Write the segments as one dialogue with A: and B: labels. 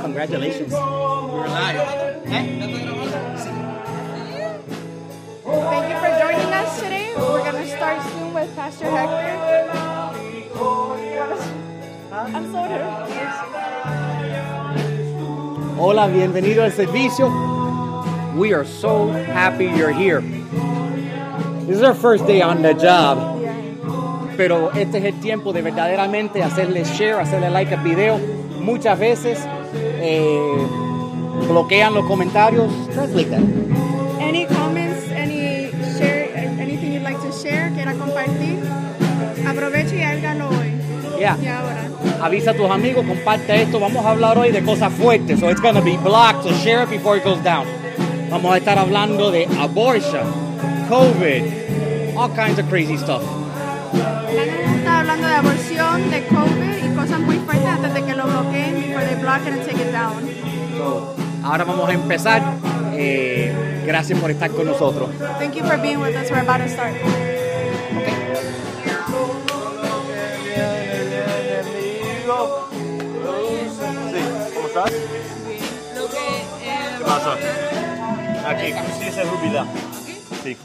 A: Congratulations.
B: We're live.
C: Thank you for joining us today. We're going to start soon with Pastor Hector. I'm so nervous.
A: Hola, bienvenido al servicio. We are so happy you're here. This is our first day on the job,
C: Yeah.
A: pero este es el tiempo de verdaderamente hacerle share, hacerle like al video. Muchas veces eh, bloquean los comentarios. Translate that.
C: Any comments, any share, anything you'd like to share, quiera compartir, aproveche y hágalo hoy.
A: Yeah.
C: Y ahora.
A: Avisa a tus amigos, comparte esto. Vamos a hablar hoy de cosas fuertes. So it's gonna be blocked, so share it before it goes down. Vamos a estar hablando de abortion, COVID, all kinds of crazy stuff.
C: La gente está hablando de aborción, de COVID y cosas muy fuertes antes de que lo bloqueen, before they block it and take it down.
A: So, ahora vamos a empezar. Eh, gracias por estar con nosotros.
C: Thank you for being with us. We're about to start.
D: Sí, ¿cómo estás? ¿Qué pasa? Aquí, sí, se jubila. Sí.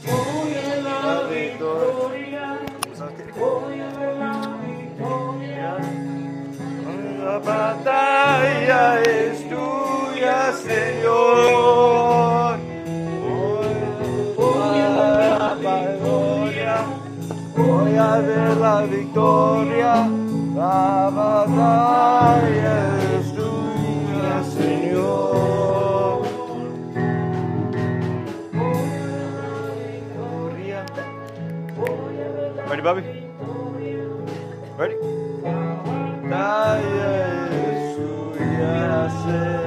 D: La batalla es tuya, Señor. Voy a ver la victoria. Voy a ver la victoria. La batalla es tuya, Señor. Victoria. Ready, Bobby? Ready? Batalla es tuya, Señor.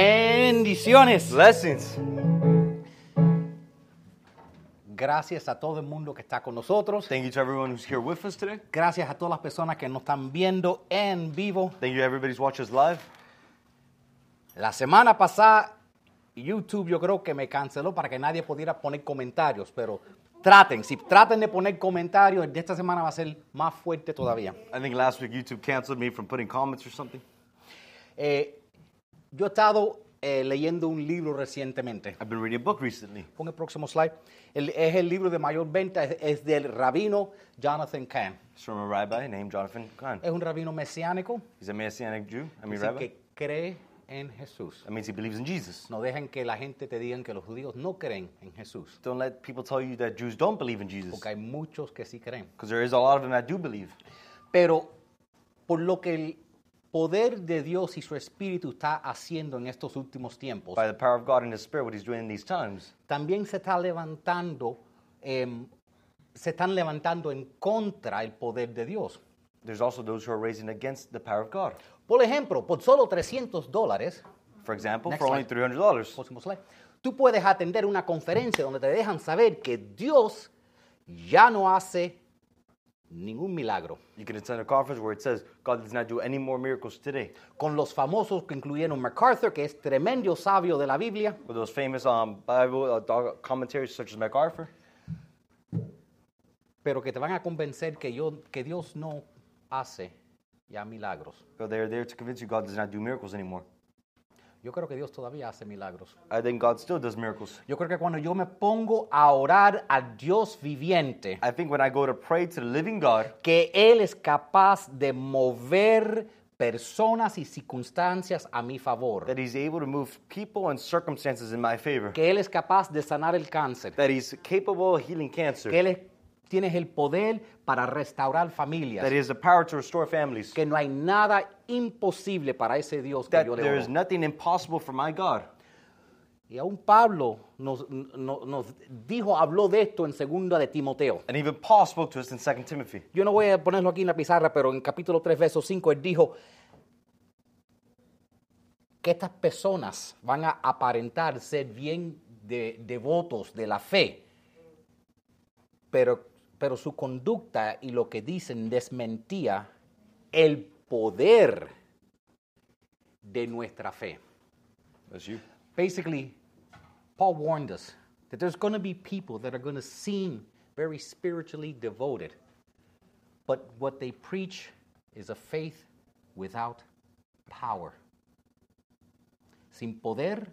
A: Bendiciones.
D: Blessings.
A: Gracias a todo el mundo que está con nosotros.
D: Thank you to everyone who's here with us today.
A: Gracias a todas las personas que nos están viendo en vivo.
D: Thank you to everybody who's watching us live.
A: La semana pasada, YouTube yo creo que me canceló para que nadie pudiera poner comentarios, pero traten, si traten de poner comentarios, el de esta semana va a ser más fuerte todavía.
D: I think last week YouTube canceled me from putting comments or something.
A: Eh, yo he estado eh, leyendo un libro recientemente.
D: I've been reading a book recently.
A: Pon el próximo slide. El- es el libro de mayor venta, es, es del rabino Jonathan Kahn.
D: It's from a rabbi named Jonathan Kahn.
A: Es un rabino mesiánico,
D: He's a Messianic Jew. I mean,
A: dice
D: rabbi.
A: que cree en Jesús.
D: That means he believes in Jesus.
A: No dejen que la gente te digan que los judíos no creen en Jesús,
D: Don't let people tell you that Jews don't believe in Jesus.
A: porque hay muchos que sí creen.
D: Because there is a lot of them that do believe.
A: Pero por lo que el poder de Dios y su espíritu está haciendo en estos últimos tiempos,
D: By the power of God and His Spirit, what He's doing in these times,
A: también se está levantando, em, se están levantando en contra el poder de Dios.
D: there's also those who are raising against the power of God.
A: Por ejemplo, por solo 300 dólares,
D: For example,
A: Next
D: for only
A: slide.
D: $300,
A: próximo slide, tú puedes atender una conferencia donde te dejan saber que Dios ya no hace ningún milagro.
D: you can attend a conference where it says God does not do any more miracles today.
A: Con los famosos que incluyeron MacArthur, que es tremendo sabio de la Biblia,
D: With those famous um, Bible uh, dog- commentaries such as MacArthur,
A: pero que te van a convencer que, yo, que Dios no hace ya milagros.
D: so they're there to convince you God does not do miracles anymore.
A: Yo creo que Dios todavía hace milagros.
D: I think uh, God still does miracles.
A: Yo creo que cuando yo me pongo a orar al Dios viviente,
D: I think when I go to pray to the living God,
A: que Él es capaz de mover personas y circunstancias a mi favor,
D: that He's able to move people and circumstances in my favor,
A: que Él es capaz de sanar el cáncer,
D: that He's capable of healing cancer,
A: que Él es- tienes el poder para restaurar
D: that
A: familias,
D: He has the power to restore families,
A: que no hay nada imposible para ese Dios que
D: that
A: yo le
D: there
A: oro.
D: is nothing impossible for my God.
A: Y aún Pablo nos, no- nos dijo, habló de esto en segunda de Timoteo.
D: And even Paul spoke to us in 2 Timothy.
A: Yo no voy a ponerlo aquí en la pizarra, pero en capítulo 3, verso 5, él dijo que estas personas van a aparentar ser bien de- devotos de la fe, pero, pero su conducta y lo que dicen desmentía el poder de nuestra fe.
D: That's you.
A: basically, Paul warned us that there's going to be people that are going to seem very spiritually devoted. But what they preach is a faith without power. Sin poder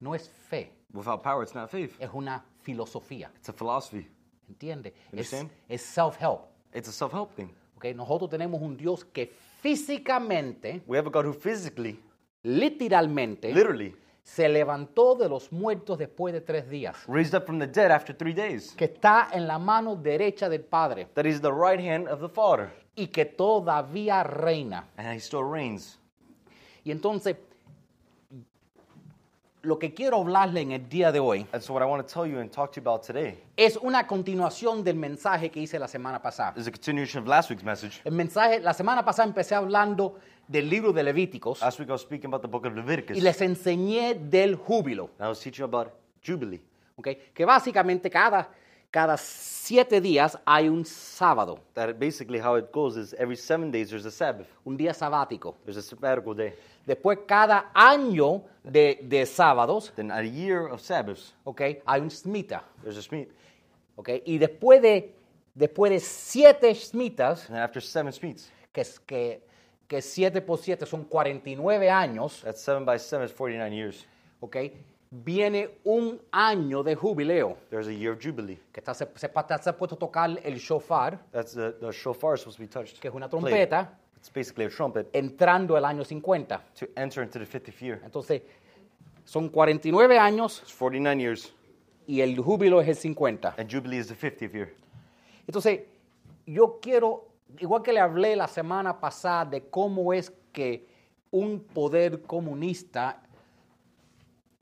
A: no es fe,
D: Without power, it's not faith.
A: es una filosofía.
D: It's a philosophy.
A: ¿Entiende? Es,
D: Understand?
A: es self-help.
D: It's a self-help thing.
A: ¿ok? Nosotros tenemos un Dios que físicamente,
D: We have a God who physically,
A: literalmente,
D: literally,
A: se levantó de los muertos después de tres días,
D: raised up from the dead after three days.
A: que está en la mano derecha del Padre
D: That is the right hand of the Father,
A: y que todavía reina.
D: and he still reigns.
A: Y entonces, lo que quiero hablarle en el día de hoy
D: And so, what I want to tell you and talk to you about today
A: es una continuación del mensaje que hice la semana pasada.
D: is a continuation of last week's message.
A: El mensaje, la semana pasada empecé hablando del libro de Levíticos
D: Last week I was speaking about the book of Leviticus.
A: y les enseñé del júbilo,
D: And I was teaching about Jubilee.
A: ¿ok? que básicamente cada, cada siete días hay un sábado,
D: That basically how it goes is every seven days there's a Sabbath.
A: un día sabático.
D: There's a sabbatical day.
A: Después cada año de, de sábados
D: Then a year of Sabbaths,
A: ¿ok? hay un smita.
D: there's a Shemitah.
A: ¿ok? Y después de, después de siete smitas,
D: And then after seven Shemitahs,
A: que, es- que, que 7 por 7 son 49 años,
D: that's seven by seven is 49 years.
A: ¿ok? viene un año de jubileo,
D: There's a year of Jubilee.
A: que está, se, se pa- se ha puesto a tocar el shofar,
D: That's the, the shofar is supposed to be touched.
A: que es una
D: played.
A: trompeta,
D: It's basically a trumpet
A: entrando el año 50.
D: to enter into the 50th year.
A: Entonces, son 49 años
D: It's 49 years,
A: y el júbilo es el 50.
D: and Jubilee is the 50th year.
A: Entonces, yo quiero, igual que le hablé la semana pasada de cómo es que un poder comunista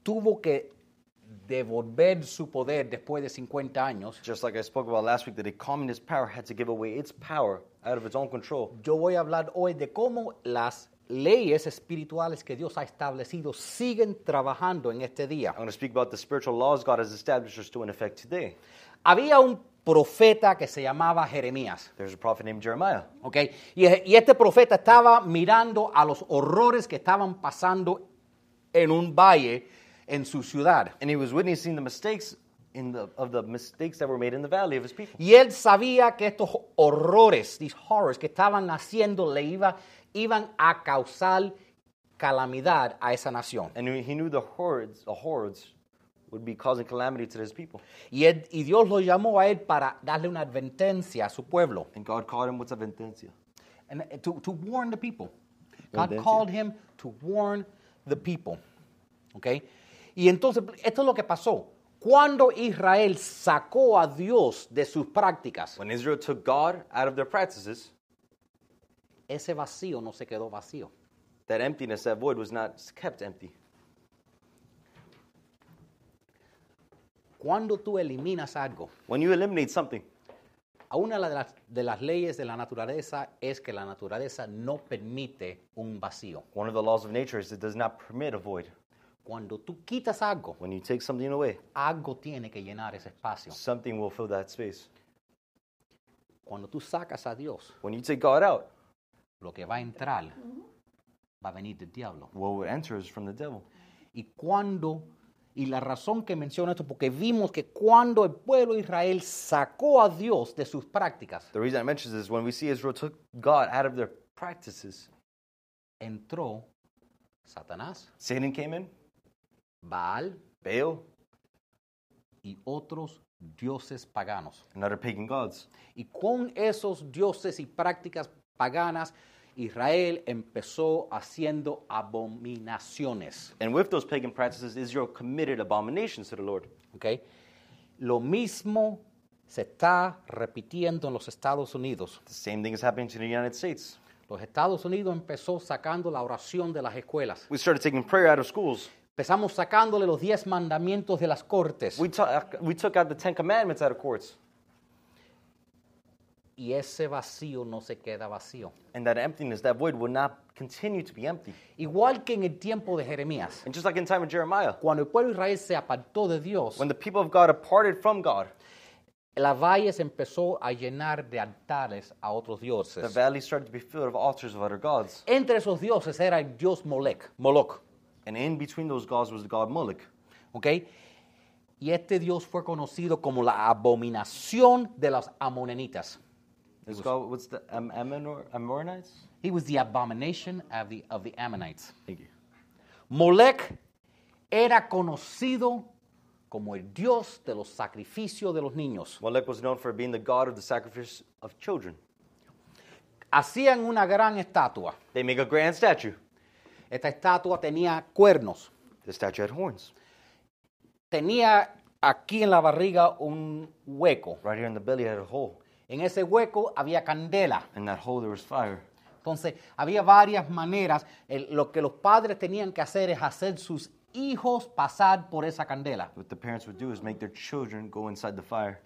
A: tuvo que devolver su poder después de 50 años,
D: Just like I spoke about last week, that a communist power had to give away its power out of its own control.
A: yo voy a hablar hoy de cómo las leyes espirituales que Dios ha establecido siguen trabajando en este día.
D: I'm going to speak about the spiritual laws God has established are still in effect today.
A: Había un profeta que se llamaba Jeremías.
D: There's a prophet named Jeremiah.
A: ¿ok? Y, y este profeta estaba mirando a los horrores que estaban pasando en un valle en su ciudad.
D: And he was witnessing the mistakes in the, of the mistakes that were made in the valley of his people.
A: Y él sabía que estos horrores, these horrors que estaban haciendo, le iba, iban a causar calamidad a esa nación.
D: And he he knew the hordes, the hordes would be causing calamity to his people.
A: Y, él- y Dios lo llamó a él para darle una advertencia a su pueblo.
D: And God called him what's advertencia.
A: And uh, to, to warn the people. God
D: Advertencia.
A: called him to warn the people. ¿Ok? Y entonces, esto es lo que pasó. Cuando Israel sacó a Dios de sus prácticas,
D: When Israel took God out of their practices,
A: ese vacío no se quedó vacío.
D: that emptiness, that void was not kept empty.
A: Cuando tú eliminas algo,
D: When you eliminate something,
A: a una de las, de las leyes de la naturaleza es que la naturaleza no permite un vacío.
D: one of the laws of nature is it does not permit a void.
A: Cuando tú quitas algo,
D: When you take something away,
A: algo tiene que llenar ese espacio.
D: something will fill that space.
A: Cuando tú sacas a Dios,
D: When you take God out,
A: lo que va a entrar va a venir del diablo.
D: what would enter is from the devil.
A: y cuando, y la razón que menciono esto, porque vimos que cuando el pueblo de Israel sacó a Dios de sus prácticas,
D: The reason I mention this is when we see Israel took God out of their practices,
A: entró Satanás,
D: Satan came in,
A: Baal
D: Baal,
A: y otros dioses paganos.
D: and other pagan gods.
A: Y con esos dioses y prácticas paganas, Israel empezó haciendo abominaciones.
D: And with those pagan practices, Israel committed abominations to the Lord.
A: ¿ok? Lo mismo se está repitiendo en los Estados Unidos.
D: The same thing is happening to the United States.
A: Los Estados Unidos empezó sacando la oración de las escuelas.
D: We started taking prayer out of schools.
A: Empezamos sacándole los diez mandamientos de las cortes.
D: We, ta- we took out the Ten Commandments out of courts.
A: Y ese vacío no se queda vacío.
D: And that emptiness, that void, will not continue to be empty.
A: Igual que en el tiempo de Jeremías,
D: And just like in time of Jeremiah,
A: cuando el pueblo de Israel se apartó de Dios,
D: when the people of God departed from God,
A: la valle se empezó a llenar de altares a otros
D: the
A: dioses.
D: valley started to be filled of altars of other gods.
A: Entre esos dioses era el dios Molech, Moloch.
D: And in between those gods was the god Moloch.
A: ¿ok? Y este dios fue conocido como la abominación de los amonenitas.
D: It's called, what's the um, Ammonor, Amorites?
A: He was the abomination of the, of the Ammonites.
D: Thank you.
A: Molec era conocido como el dios de los sacrificios de los niños.
D: Molech was known for being the god of the sacrifice of children.
A: Hacían una gran estatua.
D: They make a grand statue.
A: Esta estatua tenía cuernos.
D: The statue had horns.
A: Tenía aquí en la barriga un hueco.
D: Right here in the belly had a hole.
A: En ese hueco había candela.
D: In that hole there was fire.
A: Entonces, había varias maneras. El- lo que los padres tenían que hacer es hacer sus hijos pasar por esa candela.
D: What the parents would do is make their children go inside the fire,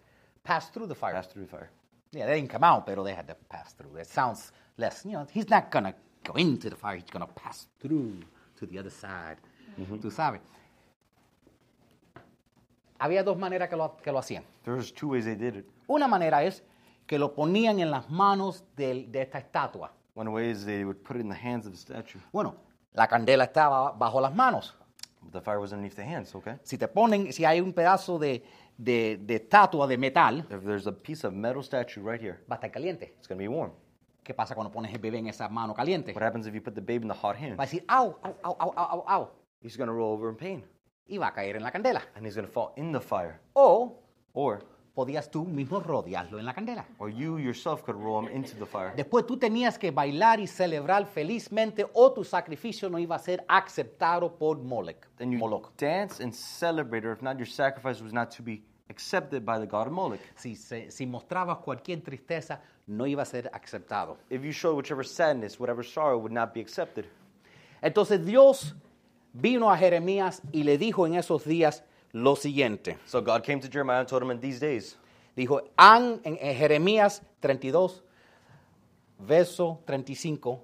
A: Pass through the fire.
D: pass through the fire.
A: Yeah, they didn't come out, pero they had to pass through. It sounds less, you know, he's not going to go into the fire, he's going to pass through to the other side. Tú sabes. Había dos maneras que lo, que lo hacían.
D: There was two ways they did it.
A: Una manera es que lo ponían en las manos del- de esta estatua.
D: One way is they would put it in the hands of the statue.
A: Bueno, la candela estaba bajo las manos.
D: But the fire was underneath the hands, okay?
A: Si te ponen, si hay un pedazo de, de- de estatua de metal,
D: If there's a piece of metal statue right here,
A: va a estar caliente.
D: it's gonna be warm.
A: ¿Qué pasa cuando pones el bebé en esa mano caliente?
D: What
A: Va
D: happens if you put the baby in the hot hand?
A: a decir, au, au, au, au, au, au, au,
D: He's gonna roll over in pain
A: y va a caer en la candela.
D: and he's gonna fall in the fire.
A: O
D: Or
A: podías tú mismo rodearlo en la candela.
D: or you yourself could roll him into the fire.
A: Después tú tenías que bailar y celebrar felizmente o tu sacrificio no iba a ser aceptado por Molech.
D: Then you
A: Moloch.
D: dance and celebrate, or if not, your sacrifice was not to be accepted by the god of Moloch.
A: Si, se- si mostrabas cualquier tristeza, no iba a ser aceptado.
D: If you showed whichever sadness, whatever sorrow would not be accepted.
A: Entonces Dios vino a Jeremías y le dijo en esos días lo siguiente.
D: So God came to Jeremiah and told him in these days.
A: Dijo, han, en, en Jeremías 32, verso 35,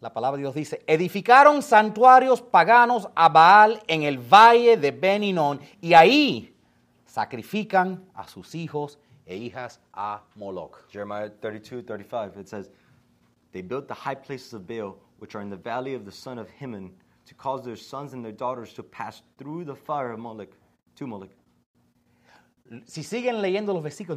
A: la palabra de Dios dice, edificaron santuarios paganos a Baal en el valle de Beninón y ahí sacrifican a sus hijos e hijas a Moloch.
D: Jeremiah 32, 35, it says, They built the high places of Baal, which are in the valley of the son of Hinnom, to cause their sons and their daughters to pass through the fire of Moloch, to Moloch.
A: Si siguen leyendo los versículos, no